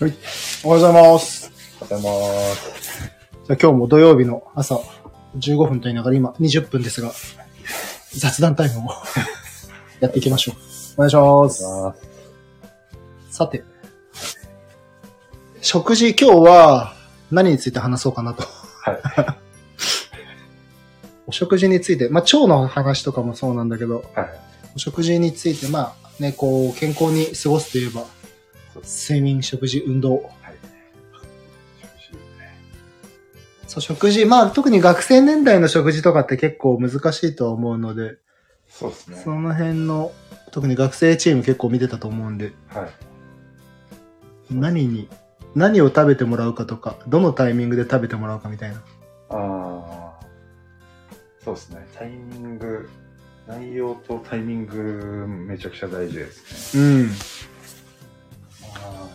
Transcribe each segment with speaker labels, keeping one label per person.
Speaker 1: はい。おはようございます。
Speaker 2: おはようございます。
Speaker 1: じゃあ今日も土曜日の朝15分と言いながら今20分ですが、雑談タイムを やっていきましょう。お願いします。
Speaker 2: あ
Speaker 1: さて、食事、今日は何について話そうかなと。お食事について、まあ腸の話とかもそうなんだけど、
Speaker 2: ーはい。
Speaker 1: お食事について、まあね、こう健康に過ごすといえば、
Speaker 2: そうです
Speaker 1: 睡眠、食事、運動、そう、食事。まあ、特に学生年代の食事とかって結構難しいとは思うので、
Speaker 2: そうですね。
Speaker 1: その辺の、特に学生チーム結構見てたと思うんで、
Speaker 2: はい。
Speaker 1: 何に、何を食べてもらうかとか、どのタイミングで食べてもらうかみたいな。
Speaker 2: ああ。そうですね。タイミング、内容とタイミング、めちゃくちゃ大事です
Speaker 1: うん。
Speaker 2: ね。あ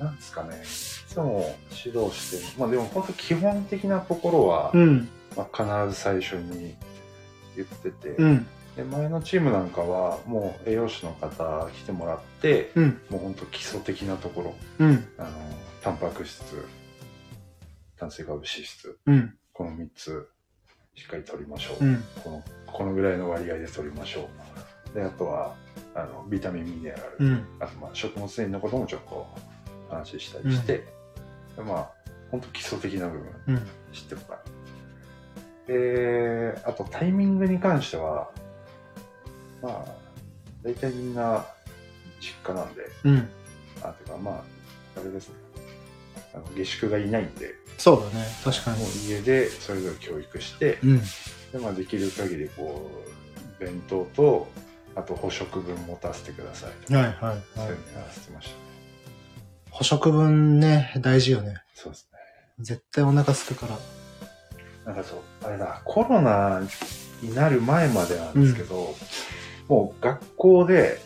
Speaker 2: あ。なんですかね。いつも指導して、まあでも本当基本的なところは、
Speaker 1: うん。
Speaker 2: まあ、必ず最初に言ってて、
Speaker 1: うん。
Speaker 2: で前のチームなんかは、もう栄養士の方来てもらって、
Speaker 1: うん。
Speaker 2: もう本当基礎的なところ、
Speaker 1: うん。
Speaker 2: あの、タンパク質、炭水化物脂質、
Speaker 1: うん。
Speaker 2: この3つ、しっかり取りましょう。
Speaker 1: うん。
Speaker 2: この、このぐらいの割合で取りましょう。で、あとは、あの、ビタミン、ミネラル、
Speaker 1: うん。
Speaker 2: あと、まあ、食物繊維のこともちょっと話したりして、でまあ、ほんと基礎的な部分、
Speaker 1: うん。
Speaker 2: 知ってもらう。で、あとタイミングに関しては、まあ、大体みんな実家なんで、
Speaker 1: うん。
Speaker 2: あ、てかまあ、あれですね。あの下宿がいないんで、
Speaker 1: そうだね。確か
Speaker 2: も
Speaker 1: に
Speaker 2: う。家でそれぞれ教育して、
Speaker 1: うん。
Speaker 2: でまあ、できる限りこう、弁当と、あと補食分持たせてくださいとか、
Speaker 1: はいはい
Speaker 2: そう
Speaker 1: はい
Speaker 2: いう。のやらせてましたね。
Speaker 1: 補食分ね、大事よね。
Speaker 2: そうですね。
Speaker 1: 絶対お腹すくから。
Speaker 2: なんかそう、あれだ、コロナになる前までなんですけど、もう学校で、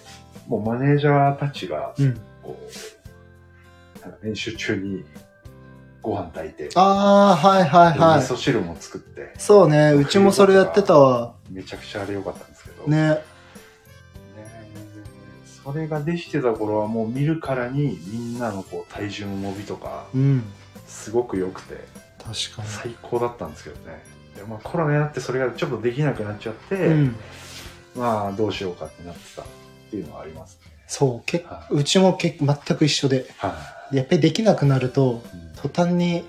Speaker 2: もうマネージャーたちが、
Speaker 1: うん。
Speaker 2: こう、なんか練習中にご飯炊いて、
Speaker 1: ああ、はいはい
Speaker 2: で
Speaker 1: は
Speaker 2: 味噌
Speaker 1: い。
Speaker 2: 汁も作って、
Speaker 1: そうね。うちもそれやってたわ。
Speaker 2: めちゃくちゃあれ良かったんですけど、ね
Speaker 1: ね。
Speaker 2: それができてた頃はもう見るからにみんなのこう体重の伸びとか
Speaker 1: うん。
Speaker 2: すごく良くて
Speaker 1: 確か
Speaker 2: 最高だったんですけどねで、まあ、コロナになってそれがちょっとできなくなっちゃって、
Speaker 1: に。うん。
Speaker 2: まあどうしようかってなってたっていうのはありますね
Speaker 1: そう。け
Speaker 2: は
Speaker 1: うちもけ全く一緒で。
Speaker 2: はい、
Speaker 1: やっぱりできなくなると、
Speaker 2: うん
Speaker 1: 途端に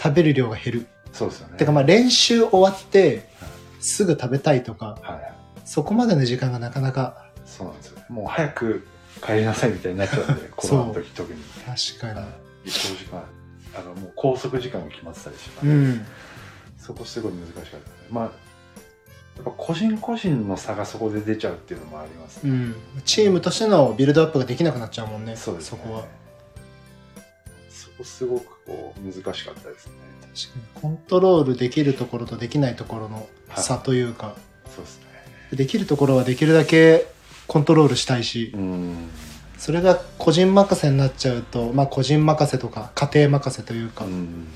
Speaker 1: 食べる量が減る。
Speaker 2: そうですよね
Speaker 1: てかまあ練習終わって
Speaker 2: は、
Speaker 1: すぐ食べたいとか、
Speaker 2: はい
Speaker 1: そこまでの時間がなかなか、
Speaker 2: そうなんですよもう早く帰りなさいみたいになっちゃうん でコロナの時特に
Speaker 1: 確か
Speaker 2: はい長時間あのもう拘束時間が決まってたりしてたん
Speaker 1: に。
Speaker 2: で
Speaker 1: うん。
Speaker 2: そこすごい難しかったですね。まあ、やっぱ個人個人の差がそこで出ちゃうっていうのもあります
Speaker 1: う
Speaker 2: ね。
Speaker 1: ん。チームとしてのビルドアップができなくなっちゃうもんね。
Speaker 2: そうですね。
Speaker 1: こは。。
Speaker 2: そこすごくこう難しかったですね。
Speaker 1: 確かに。コントロールできるところとできないところの差というか、
Speaker 2: そうですね。
Speaker 1: できるところはできるだけコントロールしたいし、
Speaker 2: うん。
Speaker 1: それが個人任せになっちゃうと、まあ個人任せとか家庭任せというか、
Speaker 2: うん。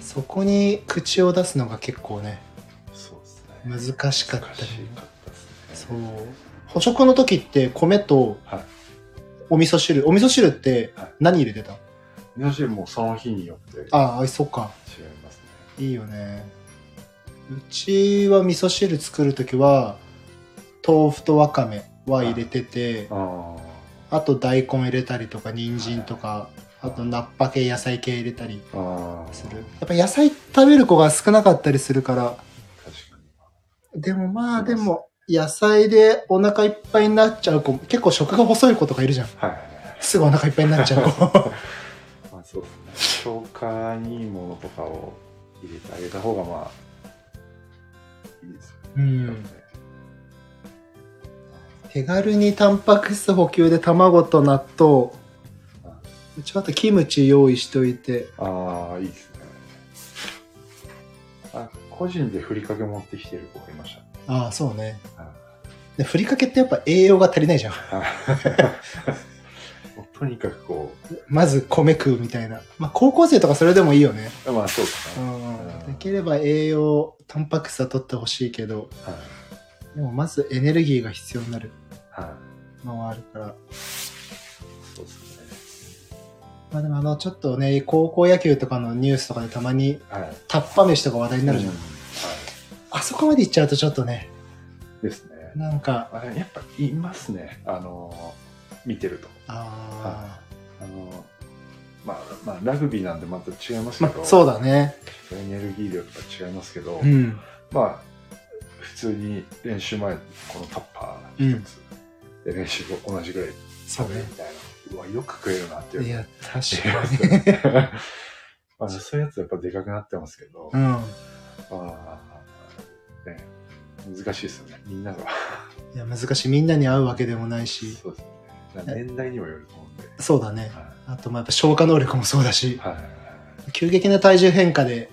Speaker 1: そこに口を出すのが結構ね、
Speaker 2: そうですね。
Speaker 1: 難しかった
Speaker 2: 難
Speaker 1: り
Speaker 2: しかったです
Speaker 1: そ
Speaker 2: ね。
Speaker 1: う。補食の時って米と
Speaker 2: はい
Speaker 1: お味噌汁、お味噌汁って何入れてた、
Speaker 2: 日本人もその日によって違い
Speaker 1: ああ、そっか。
Speaker 2: ますね。
Speaker 1: いいよね。うちは味噌汁作る時は、豆腐とわかめは入れてて、
Speaker 2: あ
Speaker 1: あと大根入れたりとか、人参とか、あとナッパ系、野菜系入れたり
Speaker 2: あ。ああ。
Speaker 1: する。やっぱ野菜食べる子が少なかったりするから、
Speaker 2: 確かに。
Speaker 1: でもまあでも、野菜でお腹いっぱいになっちゃう子、結構食が細い子とかいるじゃん。
Speaker 2: はいはいはい。
Speaker 1: すぐお腹いっぱいになっちゃう 子。
Speaker 2: まあそうですね。消化にいいものとかを入れてあげた方がまあ、いいですよね。
Speaker 1: うん。手軽にタンパク質補給で卵と納豆。うちはあとキムチ用意しといて。
Speaker 2: ああ、いいですね。あ、個人でふりかけ持ってきてる子がいましたね。
Speaker 1: ああ、そうね
Speaker 2: あ。
Speaker 1: でふりかけってやっぱ栄養が足りないじゃん。
Speaker 2: もう とにかくこ
Speaker 1: まず米食うみたいな。まあ高校生とかそれでもいいよね。
Speaker 2: う、まあそうです
Speaker 1: う
Speaker 2: ね。
Speaker 1: ん。できれば栄養、タンパク質は取ってほしいけど、
Speaker 2: はい。
Speaker 1: でもまずエネルギーが必要になる
Speaker 2: はい。
Speaker 1: のはあるから。
Speaker 2: そうですね。
Speaker 1: まあでもあの、ちょっとね、高校野球とかのニュースとかでたまに、
Speaker 2: はい。
Speaker 1: タッパ飯とか話題になるじゃん。
Speaker 2: うんは
Speaker 1: あそこまで行っちゃうとちょっとね、
Speaker 2: い。ですね。
Speaker 1: なんか、
Speaker 2: あやっぱいますね。あのー、見てると。
Speaker 1: あ
Speaker 2: あのー、まあ、まあ、ラグビーなんでまた違います
Speaker 1: ー
Speaker 2: け
Speaker 1: ま
Speaker 2: ど、
Speaker 1: あ、そうだね。
Speaker 2: エネルギー量とか違いますけど、
Speaker 1: うん。
Speaker 2: まあ、普通に練習前、このタッパー一つ、で練習後同じぐらい
Speaker 1: そう
Speaker 2: 食べる
Speaker 1: ね
Speaker 2: み。たいな、うわ、よく食えるなって
Speaker 1: い
Speaker 2: いう。
Speaker 1: や、確
Speaker 2: 違います
Speaker 1: かに。
Speaker 2: ね まあ、そういうやつやっぱでかくなってますけど、
Speaker 1: う
Speaker 2: ま
Speaker 1: ん。
Speaker 2: あ、ね、難しいですよね。みんなが。
Speaker 1: いや、難しい。みんなに会うわけでもないし。
Speaker 2: そうですね。年代にもよると思うんで。
Speaker 1: そうだね。
Speaker 2: は
Speaker 1: あと、まあ、やっぱ消化能力もそうだ
Speaker 2: い。
Speaker 1: し、
Speaker 2: は
Speaker 1: 急激な体重変化で、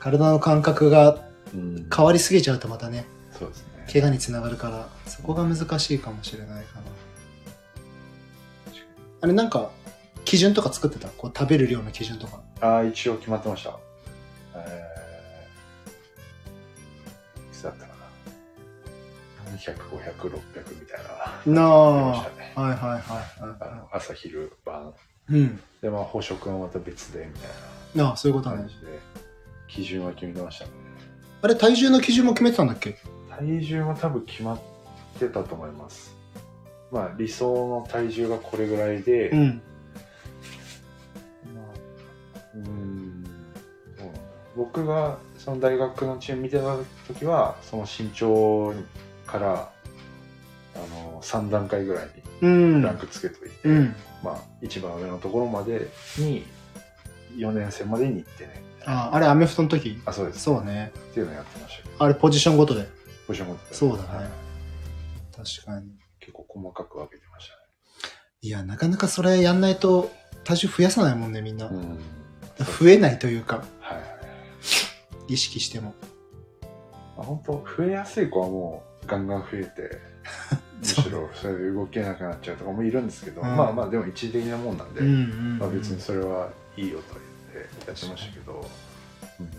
Speaker 1: 体の感覚が
Speaker 2: い。うん
Speaker 1: 変わりすぎちゃうとまたね、
Speaker 2: そうですね。
Speaker 1: 怪我につながるから、そこが難しいかもしれないかな。あれ、なんか、基準とか作ってたこう、食べる量の基準とか。
Speaker 2: ああ、一応決まってました。えー、いくつだったかな。100、500、600みたいな。
Speaker 1: な
Speaker 2: あ
Speaker 1: あ
Speaker 2: りましたね。
Speaker 1: はいはいはい
Speaker 2: あ
Speaker 1: は
Speaker 2: の朝、昼、晩。
Speaker 1: い。うん。
Speaker 2: で、まあ、飽食はまた別で、みたい
Speaker 1: なあ、そういうこと
Speaker 2: な
Speaker 1: だね
Speaker 2: 感。じで、基準は決めてましたね。
Speaker 1: あれ、体重の基準も決めてたんだっけ
Speaker 2: 体重は多分決まってたと思います。まあ、理想の体重がこれぐらいで、
Speaker 1: ん。
Speaker 2: まあ、うーんそう僕がその大学のチーム見てた時はその身長からあの3段階ぐらい
Speaker 1: うん。
Speaker 2: にランクつけといて、
Speaker 1: うん。
Speaker 2: まあ、一番上のところまでに4年生までに行ってね
Speaker 1: ああれ、アメフトの時
Speaker 2: あそうです
Speaker 1: そうね。
Speaker 2: っていうのやってましたけど
Speaker 1: あれ、ポジションごとで。
Speaker 2: ポジションごとで
Speaker 1: そうだね
Speaker 2: はい
Speaker 1: 確かに。
Speaker 2: 結構細かく分けてまし
Speaker 1: いや、なかなかそれやんないと、体重増やさないもんね、みんな。
Speaker 2: たねうん
Speaker 1: 増えないというか、
Speaker 2: はいはい
Speaker 1: 意識しても。
Speaker 2: まあ、本当増えやすい子はもうガンガン増 えてむ
Speaker 1: そう
Speaker 2: しろそれで動けなくなっちゃうとかもいるんですけど、
Speaker 1: うん
Speaker 2: まあまあでも一時的なもんなんで、
Speaker 1: んうん
Speaker 2: まあ、別にそれはいいよと言ってやってましたけど、うん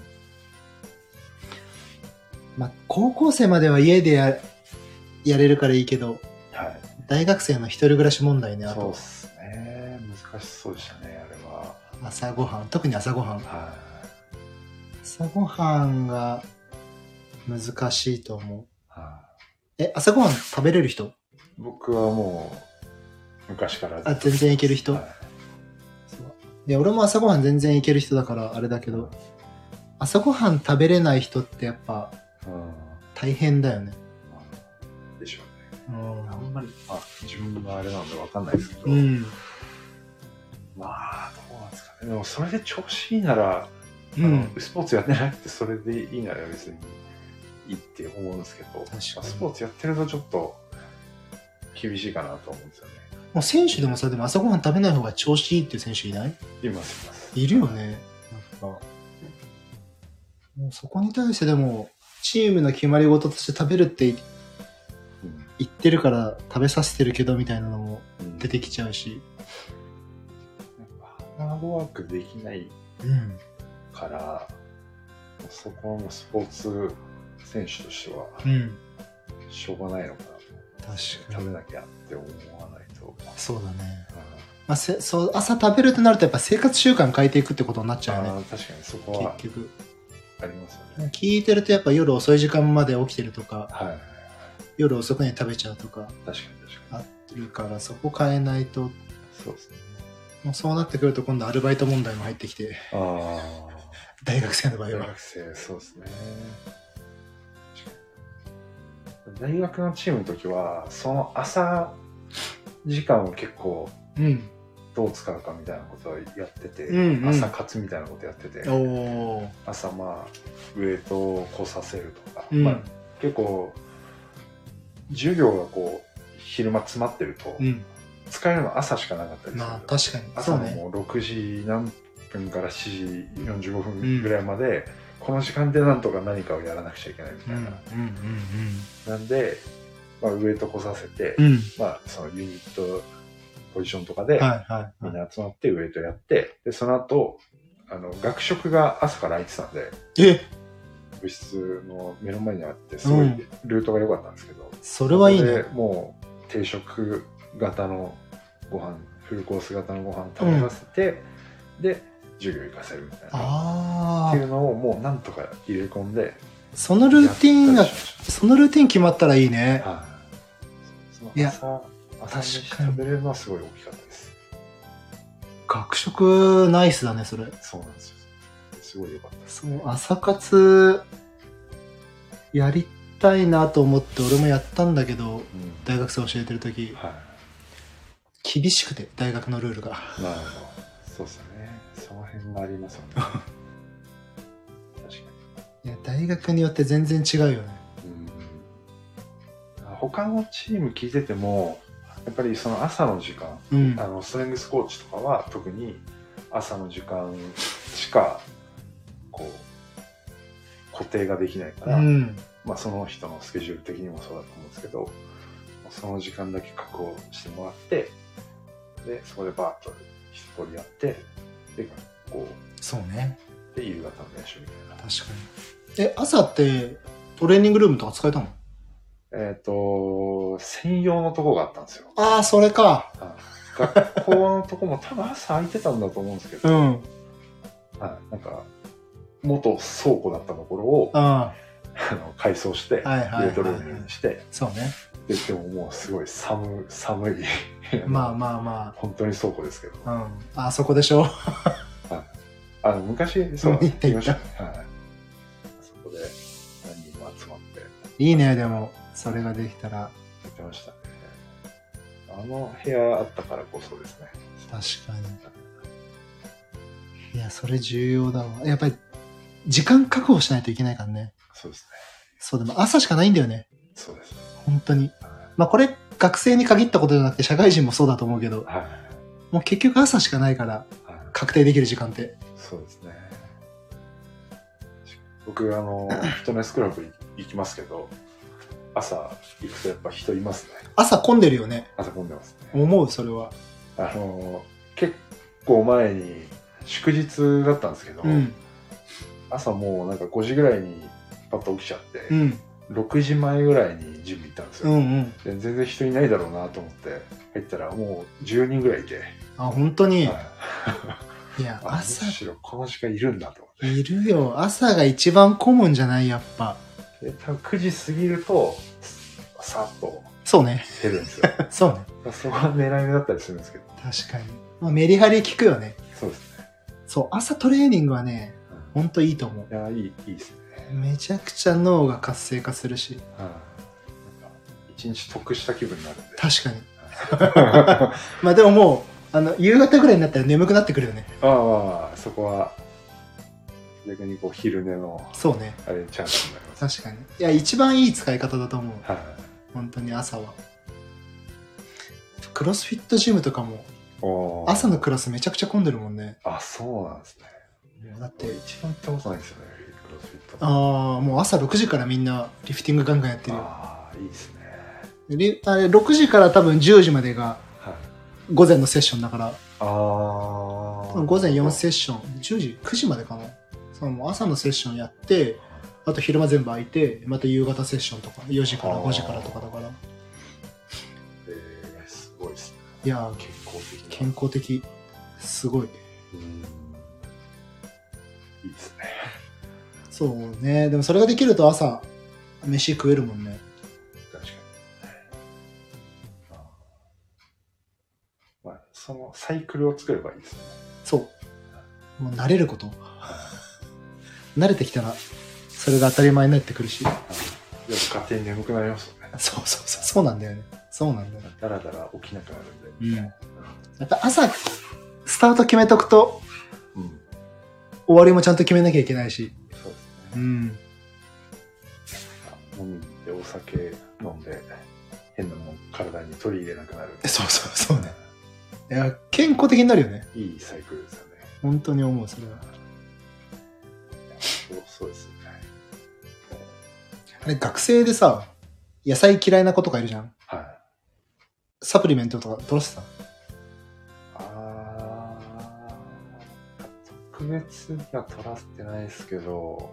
Speaker 1: まあ、高校生までは家でややれるからいいけど、
Speaker 2: はい
Speaker 1: 大学生の一人暮らし問題ね、あ
Speaker 2: そうっ
Speaker 1: と、
Speaker 2: すね難しそうでしたねあれは
Speaker 1: 朝ごはん、特に朝ごはん。
Speaker 2: は
Speaker 1: 朝ごはんが難しいと思う。
Speaker 2: い、はい
Speaker 1: え、朝ごはん食べれる人
Speaker 2: 僕はもう昔から
Speaker 1: あ、全然いける人、
Speaker 2: はい
Speaker 1: そういや、俺も朝ごはん全然いける人だからあれだけど、朝ごはん食べれない人ってやっぱ
Speaker 2: うん
Speaker 1: 大変だよね。
Speaker 2: まあでしょうね
Speaker 1: うん
Speaker 2: あんまり、まあ、自分があれなんで分かんないですけど、
Speaker 1: うん。
Speaker 2: まあどうなんですかねでもそれで調子いいなら
Speaker 1: う
Speaker 2: あ
Speaker 1: ん
Speaker 2: の。スポーツやってなくてそれでいいなら別にいいって思うんですけど、
Speaker 1: かに
Speaker 2: まあスポーツやってるとちょっと厳しいかなと思うんですよね。
Speaker 1: もう選手でもさ、でも朝ごはん食べない方が調子いいっていう選手いない
Speaker 2: いますいます。
Speaker 1: いるよね。なんか、もうそこに対してでも、チームの決まり事として食べるって
Speaker 2: うん
Speaker 1: 言ってるから食べさせてるけどみたいなのも
Speaker 2: うん
Speaker 1: 出てきちゃうし。
Speaker 2: ハードワークできない
Speaker 1: うん。
Speaker 2: からそこはもうスポーツ選手としては
Speaker 1: うん。
Speaker 2: しょうがないのかなと
Speaker 1: 確か
Speaker 2: 食
Speaker 1: に。
Speaker 2: べなきゃって思わないと。
Speaker 1: そうだね。
Speaker 2: うん
Speaker 1: まあ、せそう朝食べるとなるとやっぱ生活習慣変えていくってことになっちゃうよ
Speaker 2: あ
Speaker 1: ね。
Speaker 2: ー確かにそこは
Speaker 1: 結局。
Speaker 2: ありますよね。
Speaker 1: 聞いてるとやっぱ夜遅い時間まで起きてるとか、
Speaker 2: はい、
Speaker 1: 夜遅くに食べちゃうとか、
Speaker 2: 確かに確かに。
Speaker 1: あるからそこ変えないと、
Speaker 2: そうですね。
Speaker 1: もうそうなってくると今度アルバイト問題も入ってきて、
Speaker 2: ああ。
Speaker 1: 大学生の場合
Speaker 2: 大
Speaker 1: は。
Speaker 2: 学生そうですね大学のチームの時はその朝時間を結構
Speaker 1: うん。
Speaker 2: どう使うかみたいなことをやってて、
Speaker 1: うんうん
Speaker 2: 朝活みたいなことやってて
Speaker 1: おお。
Speaker 2: 朝まあウエイトをこさせるとか、
Speaker 1: うん
Speaker 2: まあ、結構授業がこう昼間詰まってると、
Speaker 1: うん。
Speaker 2: 使えるの朝しかなかったりする
Speaker 1: まあ確かに。そ
Speaker 2: 朝
Speaker 1: う
Speaker 2: の
Speaker 1: ね。
Speaker 2: もう6時何分から7時45分ぐらいまで、この時間で何とか何かをやらなくちゃいけないみた
Speaker 1: う
Speaker 2: い
Speaker 1: ん。
Speaker 2: な、
Speaker 1: うん
Speaker 2: なんで、まあ、ウエイトこさせて、
Speaker 1: うんうん。うん。
Speaker 2: まあそのユニットポジションとかで、
Speaker 1: はいはい
Speaker 2: みん
Speaker 1: は
Speaker 2: な集まってウエイトやってでその後あの学食が朝から空いてたんで
Speaker 1: い。え
Speaker 2: 部室の目の前にあってすご
Speaker 1: う
Speaker 2: い
Speaker 1: ん
Speaker 2: ルートが良かったんですけど、
Speaker 1: それはいい
Speaker 2: そこ
Speaker 1: ね
Speaker 2: で。もう定食型のご飯フルコース型のご飯食べさせて、で授業行かせるみたいなっ
Speaker 1: あ
Speaker 2: てい
Speaker 1: あ
Speaker 2: うのをもうなんとか入れ込んで
Speaker 1: そのルーティン
Speaker 2: や
Speaker 1: が
Speaker 2: ったりしまし
Speaker 1: そのルーティン決まったらいいね
Speaker 2: たはい
Speaker 1: いや
Speaker 2: 朝朝飯
Speaker 1: 確かに
Speaker 2: 食べれるのはすごい大きかったです
Speaker 1: 学食ナイスだねそれ
Speaker 2: そうなんですよすごい良かったです
Speaker 1: その朝活やりたいなと思って俺もやったんだけど
Speaker 2: うん
Speaker 1: 大学生教えてる時
Speaker 2: はい
Speaker 1: 厳しくて大学のルールが
Speaker 2: なるほど。そうですね。その辺がありますよね。 確か
Speaker 1: いや大学によって全然違うよね
Speaker 2: に。うん。他のチーム聞いてても、やっぱりその朝の時間、
Speaker 1: うん
Speaker 2: あのストレングスコーチとかは特に朝の時間しか、こう、固定ができないから、
Speaker 1: うん
Speaker 2: まあその人のスケジュール的にもそうだと思うんですけど、その時間だけ確保してもらって、で、そこでバーッと一通りやって、で、こう、
Speaker 1: そうね
Speaker 2: で夕方の練習みたいな
Speaker 1: 確かにえ朝ってトレーニングルームとか使えたの
Speaker 2: えっ、と専用のとこがあったんですよ
Speaker 1: ああそれか
Speaker 2: あ学校のとこも多分朝空いてたんだと思うんですけど、
Speaker 1: うん
Speaker 2: あなんか元倉庫だったところを
Speaker 1: あ
Speaker 2: あの改装して
Speaker 1: はいはいはいはい
Speaker 2: レトロにして
Speaker 1: あそうね
Speaker 2: ででももうすごい寒寒い
Speaker 1: まあまあま
Speaker 2: 本当に倉庫ですけど
Speaker 1: あうんあそこでしょ
Speaker 2: あの昔そう
Speaker 1: 見ていた
Speaker 2: 行きましたねはいそこで何人も集まって
Speaker 1: いいねでもそれができたら
Speaker 2: やってましたねあの部屋あったからこそですね
Speaker 1: 確かにいやそれ重要だわやっぱり時間確保しないといけないからね
Speaker 2: そうですね
Speaker 1: そうでも朝しかないんだよね
Speaker 2: そうです
Speaker 1: 本当にまあこれ学生に限ったことじゃなくて社会人もそうだと思うけど
Speaker 2: はい、
Speaker 1: もう結局朝しかないから
Speaker 2: はい、
Speaker 1: 確定できる時間って
Speaker 2: そうですね僕あ のフィットネスクラブ行きますけど朝行くとやっぱ人いますね
Speaker 1: 朝混んでるよね
Speaker 2: 朝混んでますね
Speaker 1: 思うそれは
Speaker 2: あの結構前に祝日だったんですけど、
Speaker 1: うん
Speaker 2: 朝もうなんか5時ぐらいにパッと起きちゃって、
Speaker 1: うん
Speaker 2: 6時前ぐらいにジム行ったんです
Speaker 1: う
Speaker 2: よ、
Speaker 1: んうん
Speaker 2: で全然人いないだろうなと思って入ったらもう10人ぐらいいて、
Speaker 1: あ本当に、
Speaker 2: はい
Speaker 1: いや
Speaker 2: あ
Speaker 1: 朝
Speaker 2: むしろこの時間いるんだと思って
Speaker 1: いるよ朝が一番混むんじゃないやっぱ
Speaker 2: で多分9時過ぎるとさっと
Speaker 1: そうね
Speaker 2: 減るんですよ
Speaker 1: そうね
Speaker 2: そこは狙い目だったりするんですけど
Speaker 1: 確かに、まあ、メリハリ効くよね
Speaker 2: そうですね、
Speaker 1: そう朝トレーニングはねほんといいと思う
Speaker 2: いやいいいいですね、
Speaker 1: めちゃくちゃ脳が活性化するし
Speaker 2: うん、なんか一日得した気分になるん で
Speaker 1: 確かに
Speaker 2: あ
Speaker 1: まあでももうあの夕方ぐらいになったら眠くなってくるよね
Speaker 2: あまあまあそこは逆にこう昼寝の
Speaker 1: そうね
Speaker 2: あれチャンスになります、
Speaker 1: 確かにいや一番いい使い方だと思う
Speaker 2: はい、
Speaker 1: 本当に朝はクロスフィットジムとかも
Speaker 2: おー
Speaker 1: 朝のクラスめちゃくちゃ混んでるもんね
Speaker 2: あそうなんですね
Speaker 1: だって
Speaker 2: 俺一番行ったことないですよねクロスフィット
Speaker 1: ああもう朝6時からみんなリフティングガンガンやってるよ
Speaker 2: あーいいですね
Speaker 1: リあれ6時から多分10時までが
Speaker 2: はい
Speaker 1: 午前のセッションだから
Speaker 2: あ
Speaker 1: 多
Speaker 2: あ
Speaker 1: 分午前4セッション10時9時までかなそのもう朝のセッションやってあと昼間全部空いてまた夕方セッションとか4時から
Speaker 2: あー
Speaker 1: 5時からとかだから
Speaker 2: えー、すごいですね
Speaker 1: いやー
Speaker 2: 健康的な
Speaker 1: 健康的すごい
Speaker 2: いいですね。
Speaker 1: そうねでもそれができると朝飯食えるもんね
Speaker 2: 確かに。まあ、そのサイクルを作ればいいですね。
Speaker 1: そうもう慣れること 慣れてきたらそれが当たり前になってくるし
Speaker 2: よく勝手に眠くなりますよね。
Speaker 1: そうそうそうそうなんだよねそうなんだよね
Speaker 2: だらだら起きなくなるんで。
Speaker 1: うんやっぱ朝スタート決めとくと
Speaker 2: うん。
Speaker 1: 終わりもちゃんと決めなきゃいけないし
Speaker 2: そうです
Speaker 1: う
Speaker 2: ね。
Speaker 1: ん
Speaker 2: 飲みに行ってお酒飲んで、変なもん体に取り入れなくなる。
Speaker 1: そうそうそうねいや健康的になるよね
Speaker 2: いいサイクルですよね。
Speaker 1: 本当に思うそれは
Speaker 2: そうそうですね。
Speaker 1: あれ学生でさ野菜嫌いな子とかいるじゃん
Speaker 2: はい。
Speaker 1: サプリメントとか取らせてた
Speaker 2: あー特別には取らせてないですけど、ど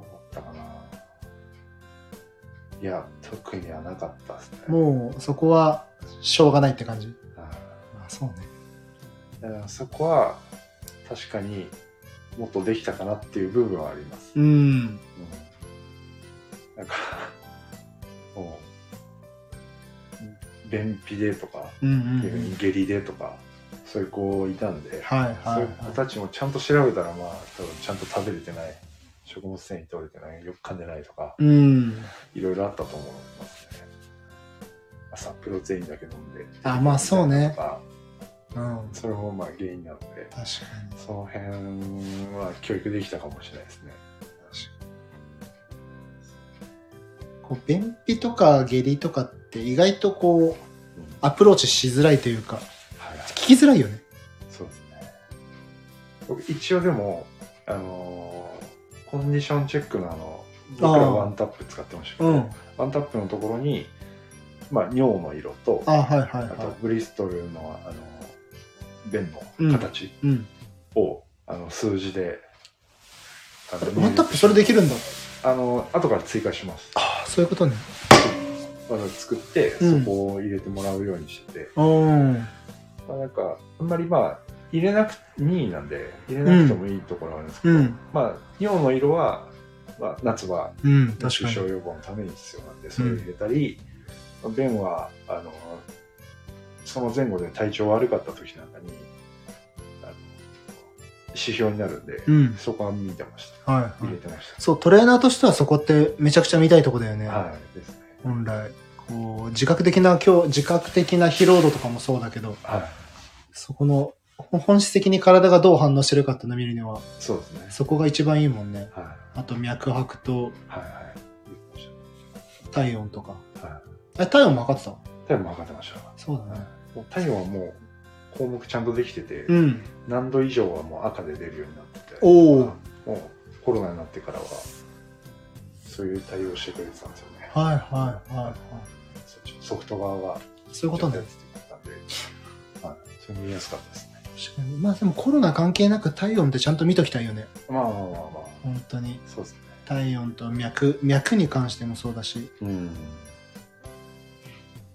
Speaker 2: うだったかな。いや、特にはなかったですね。
Speaker 1: もうそこはしょうがないって感じ
Speaker 2: はい
Speaker 1: そうね。
Speaker 2: だからそこは確かにもっとできたかなっていう部分はあります。
Speaker 1: うん。
Speaker 2: だから、 もう、便秘でとか、
Speaker 1: うんうん
Speaker 2: 逆
Speaker 1: うん。
Speaker 2: に下痢でとか、そういう子いたんで、
Speaker 1: はいはい
Speaker 2: そう
Speaker 1: は
Speaker 2: いう
Speaker 1: い。
Speaker 2: 子たちもちゃんと調べたら、まあ、多分ちゃんと食べれてない、食物繊維取れてない、よく噛んでないとか、
Speaker 1: うん。
Speaker 2: いろいろあったと思いますね。朝プロテインだけ飲んで。
Speaker 1: あまあそうね
Speaker 2: とか
Speaker 1: うん。
Speaker 2: それもまあ原因なので、
Speaker 1: 確かに。
Speaker 2: その辺は教育できたかもしれないですね。
Speaker 1: こう便秘とか下痢とかって意外とこう、アプローチしづらいというか、
Speaker 2: はい、
Speaker 1: 聞きづらいよね。
Speaker 2: そうですね。僕一応でも、あのーコンディションチェックのあの、僕らワンタップ使ってましたけど、
Speaker 1: うん。
Speaker 2: ワンタップのところに、まあ、尿の色と、
Speaker 1: あはいはい
Speaker 2: あと
Speaker 1: は
Speaker 2: ブリストルの、あの便の形
Speaker 1: い。うん。
Speaker 2: を、あの数字で、あの
Speaker 1: ワンタップそれできるんだ。
Speaker 2: あの後から追加します。
Speaker 1: あそういうことね。
Speaker 2: まだ作って、
Speaker 1: うん
Speaker 2: そこを入れてもらうようにしてて、
Speaker 1: うん。
Speaker 2: まあ、なんかあんまりまあ入れなく任意なんで入れなくてもいいところはあるんですけ
Speaker 1: う
Speaker 2: ど、
Speaker 1: ん。
Speaker 2: まあ尿の色は、まあ、夏場
Speaker 1: うん。
Speaker 2: 熱
Speaker 1: 確
Speaker 2: 中
Speaker 1: かに
Speaker 2: 症。予防のために必要なんでそれを入れたり、まあ便はあのその前後で体調悪かった時なんかにあの指標になるんで、
Speaker 1: うん。
Speaker 2: そこは見てまし
Speaker 1: はい
Speaker 2: た
Speaker 1: は
Speaker 2: 入れ
Speaker 1: い。
Speaker 2: てました、
Speaker 1: そう、トレーナーとしてはそこってめちゃくちゃ見たいとこだよね。
Speaker 2: はいですね
Speaker 1: 本来。こう、自覚的な今日、自覚的な疲労度とかもそうだけど、
Speaker 2: はい
Speaker 1: そこの、ほ本質的に体がどう反応してるかっていうのを見るには、
Speaker 2: そうですね
Speaker 1: そこが一番いいもんね。
Speaker 2: はい
Speaker 1: あと脈拍と
Speaker 2: はいはい言ってまし
Speaker 1: 体温とか。
Speaker 2: たはい
Speaker 1: え、体温も測ってた
Speaker 2: 体温も測ってました
Speaker 1: そうだね。
Speaker 2: もう体温はもう項目ちゃんとできてて、
Speaker 1: うん。
Speaker 2: 何度以上はもう赤で出るようになってて
Speaker 1: おー
Speaker 2: もうコロナになってからはそういう対応してくれてたんですよね、
Speaker 1: はいはいはいはい。
Speaker 2: そっちのソフト側が
Speaker 1: そういうことね
Speaker 2: やっ。てたんで、はい、それ見やすかったですね
Speaker 1: 確かにまあでもコロナ関係なく体温ってちゃんと見ときたいよね。
Speaker 2: まあまあまあまあ
Speaker 1: 本当に。
Speaker 2: そうですね
Speaker 1: 体温と脈、脈に関してもそうだし、
Speaker 2: うん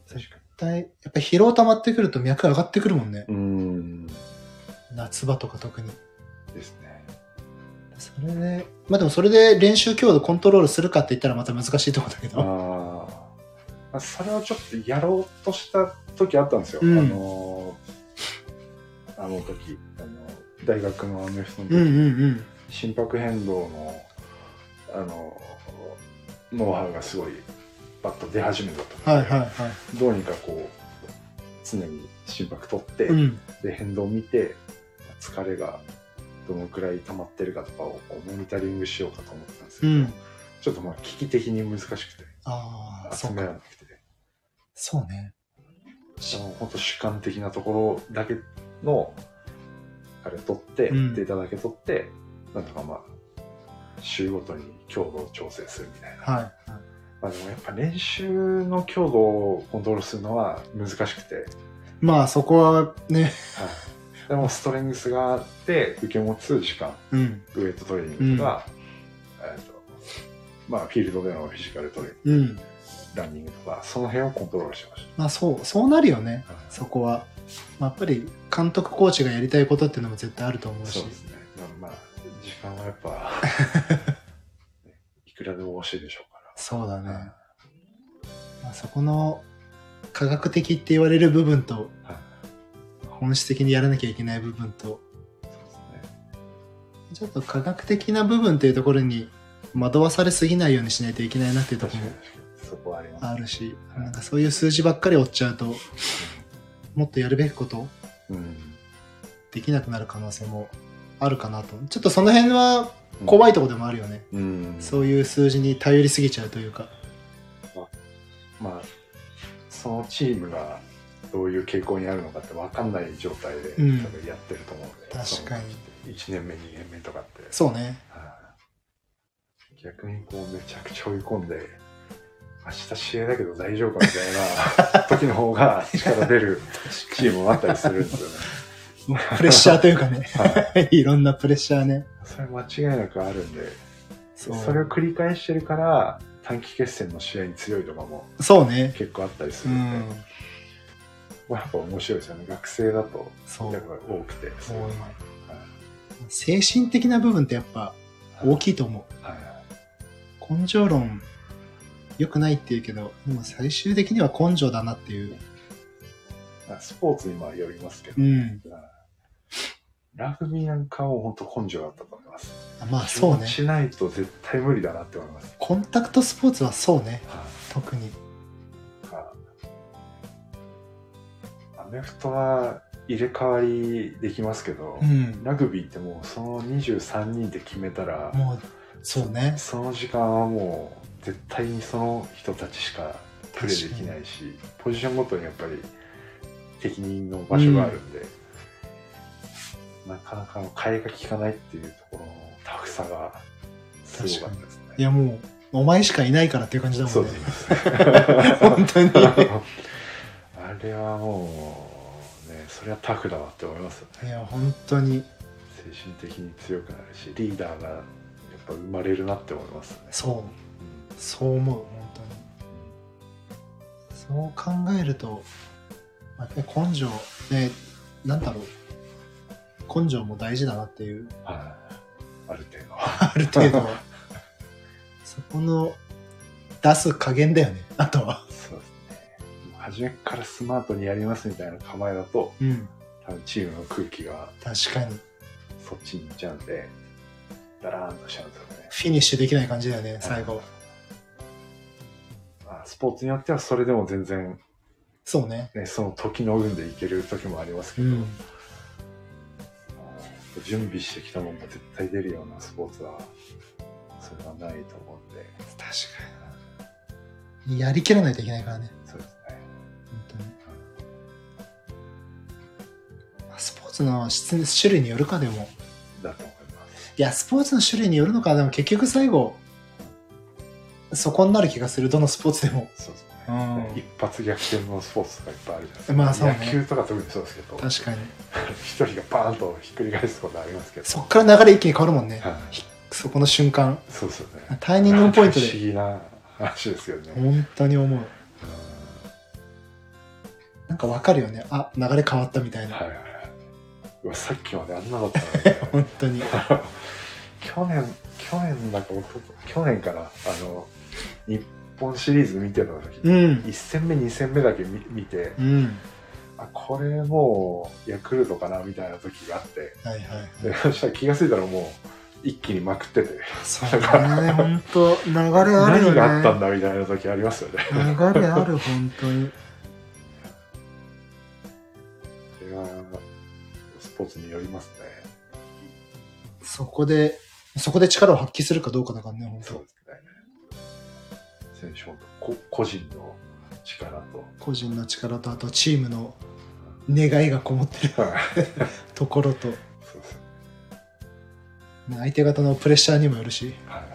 Speaker 2: 確か
Speaker 1: 体、やっぱり疲労溜まってくると脈上がってくるもんね。
Speaker 2: にうん
Speaker 1: 夏場とか特に。
Speaker 2: ですね
Speaker 1: それで、まあでもそれで練習強度コントロールするかって言ったらまた難しいとこだけ
Speaker 2: あー
Speaker 1: ど。
Speaker 2: まあそれをちょっとやろうとした時あったんですよ、
Speaker 1: うん
Speaker 2: あのーあの時あの大学のアメフトの時、
Speaker 1: うんうん
Speaker 2: 心拍変動のあのーノウハウがすごいバッと出始めた時
Speaker 1: うん。はいはいは
Speaker 2: どうにかこう常に心拍取って、
Speaker 1: い。うん。
Speaker 2: で変動を見て疲れがどのくらい溜まってるかとかをこうモニタリングしようかと思ったんですけ
Speaker 1: う
Speaker 2: ど、
Speaker 1: ん。
Speaker 2: ちょっとまあ危機的に難しくて
Speaker 1: ああ、
Speaker 2: 集
Speaker 1: そう
Speaker 2: めら
Speaker 1: か。
Speaker 2: なくて。
Speaker 1: そうね。
Speaker 2: 本当主観的なところだけのあれ取って、
Speaker 1: うん
Speaker 2: データだけ取ってなんとかまあ週ごとに強度を調整するみたいな、
Speaker 1: はいはい。
Speaker 2: まあ、でもやっぱ練習の強度をコントロールするのは難しくて、はい、
Speaker 1: まあそこはね、
Speaker 2: でもストレングスがあって受け持つ時間
Speaker 1: うん。
Speaker 2: ウエイトトレーニングとか、えっとまあ、フィールドでのフィジカルトレーニング
Speaker 1: うん。
Speaker 2: ランニングとかその辺をコントロールしてまし
Speaker 1: まあそう、そうなるよね。
Speaker 2: た、
Speaker 1: そこは。まあ、やっぱり監督、コーチがやりたいことっていうのも絶対あると思うし
Speaker 2: そう。ですね。まあ、まあ、時間はやっぱ、ねいくらでも欲しいでしょう
Speaker 1: そうだ
Speaker 2: か
Speaker 1: ね。
Speaker 2: ら。
Speaker 1: まあ、そこの科学的って言われる部分と、
Speaker 2: はい
Speaker 1: 本質的にやらなきゃいけない部分と、
Speaker 2: そうですね。
Speaker 1: ちょっと科学的な部分っていうところに惑わされすぎないようにしないといけないなっていうとこ
Speaker 2: 確
Speaker 1: ろ
Speaker 2: かに
Speaker 1: も
Speaker 2: そこはあります。
Speaker 1: あるし、
Speaker 2: はい
Speaker 1: なんかそういう数字ばっかり追っちゃうと、もっとやるべきこと
Speaker 2: うん。
Speaker 1: できなくなる可能性もあるかなと。ちょっとその辺は怖
Speaker 2: い。
Speaker 1: いとこでもあるよね。
Speaker 2: うん。
Speaker 1: そういう数字に頼りすぎちゃうというか。
Speaker 2: まあ、そのチームがどういう傾向にあるのかって分かんない状態で、
Speaker 1: うん
Speaker 2: 多分やってると思うんで。
Speaker 1: 確かに。
Speaker 2: 1年目、2年目とかって。
Speaker 1: そうね。
Speaker 2: はい逆にこう、めちゃくちゃ追い込んで、明日試合だけど大丈夫かみた いな時の方が力出るチームもあったりするんですよね。
Speaker 1: プレッシャーというかね。 いろんなプレッシャーね。
Speaker 2: それ間違いなくあるんで
Speaker 1: そ
Speaker 2: そうれを繰り返してるから短期決戦の試合に強いとかも
Speaker 1: そうね。
Speaker 2: 結構あったりす
Speaker 1: う
Speaker 2: るんで、
Speaker 1: ん。
Speaker 2: まあやっぱ面白いですよね。学生だと、
Speaker 1: そう。
Speaker 2: やっぱ多くて。
Speaker 1: 多い精神的な部分ってやっぱ大きいと思
Speaker 2: はいは
Speaker 1: う。根性論、良くないって言うけど、でも最終的には根性だなっていう。
Speaker 2: いまあスポーツにまあよりますけ
Speaker 1: う、
Speaker 2: ど
Speaker 1: ん。
Speaker 2: ラグビーなんかも本当根性だったと思います。
Speaker 1: あまあそうね。
Speaker 2: しないと絶対無理だなって思います。
Speaker 1: コンタクトスポーツはそうね。特に。
Speaker 2: アメフトは入れ替わりできますけど、
Speaker 1: うん。
Speaker 2: ラグビーってもうその23人で決めたら、
Speaker 1: もう、そうね。
Speaker 2: その時間はもう絶対にその人たちしかプレーできないしポジションごとにやっぱり適任の場所があるんで、なかなかの替えが利かないっていうところのタフさがすごかったです
Speaker 1: い
Speaker 2: ね。
Speaker 1: やもう、お前しかいないからっていう感じだ
Speaker 2: そ
Speaker 1: も
Speaker 2: うん
Speaker 1: ね
Speaker 2: で。す
Speaker 1: 本当に。
Speaker 2: あれはもうねそれはタフだわって思いますよね
Speaker 1: いや、本当に。
Speaker 2: 精神的に強くなるしリーダーがやっぱ生まれるなって思いますね。
Speaker 1: そう。
Speaker 2: うん
Speaker 1: そう思う本当にそう考えると、まあ、やっぱり根性でなんだろう根性も大事だなっていう
Speaker 2: はいある程度
Speaker 1: ある程度 はそこの出す加減だよねあとは
Speaker 2: そうですね。初めからスマートにやりますみたいな構えだと、
Speaker 1: うん
Speaker 2: 多分チームの空気が
Speaker 1: 確かに
Speaker 2: そっちに行っちゃうんで、ダラーンとしちゃうんですよね。
Speaker 1: フィニッシュできない感じだよね最後
Speaker 2: まあ、スポーツによってはそれでも全然、
Speaker 1: そうね
Speaker 2: ね、その時の運でいける時もありますけ
Speaker 1: う
Speaker 2: ど、
Speaker 1: ん
Speaker 2: 準備してきたもんも絶対出るようなスポーツは、それはないと思うんで、
Speaker 1: 確かにやりきらないといけないからね
Speaker 2: そうですね。
Speaker 1: 本当にまあスポーツの質種類によるかでも
Speaker 2: だと思います。
Speaker 1: いや、スポーツの種類によるのか、でも結局最後、そこになる気がする、どのスポーツでも。
Speaker 2: そうですね。
Speaker 1: うん
Speaker 2: 一発逆転のスポーツとかいっぱいあるじゃないですか。
Speaker 1: まあそうね
Speaker 2: 野球とか特にそうですけど、
Speaker 1: 確かに。
Speaker 2: 一人がバーンとひっくり返すことありますけど。
Speaker 1: そっから流れ一気に変わるもんね。
Speaker 2: はい
Speaker 1: そこの瞬間。
Speaker 2: そうですよね。
Speaker 1: ターニングポイント
Speaker 2: なんか不思
Speaker 1: で、
Speaker 2: 議な話ですよね。
Speaker 1: 本当に思う。なんかわかるよね。あ、流れ変わったみたい
Speaker 2: うん
Speaker 1: な。
Speaker 2: はいはいはいうわさっきまであんなだったの
Speaker 1: 本当に。
Speaker 2: に。去年、去年だか、おと去年かな、あの、日本シリーズ見てた時、
Speaker 1: うん。
Speaker 2: 1戦目、2戦目だけ見見て、
Speaker 1: うん。
Speaker 2: あ、これもうヤクルトかなみたいな時があって、
Speaker 1: はいはいはい。
Speaker 2: でそしたら気がついたらもう一気にまくってて、
Speaker 1: そうだね。本当流れあるよね。
Speaker 2: 何があったんだみたいな時ありますよね。
Speaker 1: 流れある、本当に。
Speaker 2: それはスポーツによりますね。
Speaker 1: そこで、そこで力を発揮するかどうかだからね、本
Speaker 2: そう
Speaker 1: 当
Speaker 2: ですね。選手もこ個人の力と。
Speaker 1: 個人の力と、あとチームの願いがこもってるところと、
Speaker 2: そうですね。
Speaker 1: まあ相手方のプレッシャーにもよるし、
Speaker 2: はいはい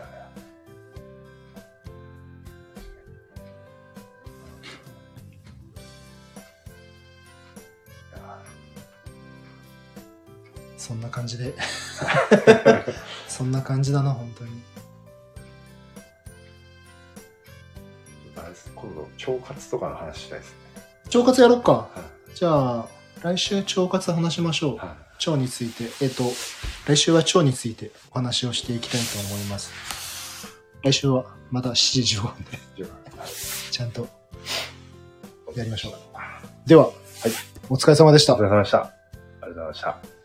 Speaker 1: そんな感じで、そんな感じだな、本当に。
Speaker 2: ちょっとあれです今度、腸活とかの話したいですね。
Speaker 1: 腸活やろっか。
Speaker 2: は
Speaker 1: じゃあ、来週腸活話しましょう。
Speaker 2: い。は
Speaker 1: 腸について、えっ、と、来週は腸についてお話をしていきたいと思います。来週はまた7時15分で、
Speaker 2: い。じゃあはい
Speaker 1: ちゃんとやりましょう。では、お疲れ様でした
Speaker 2: お疲。れ様でした。ありがとうございました。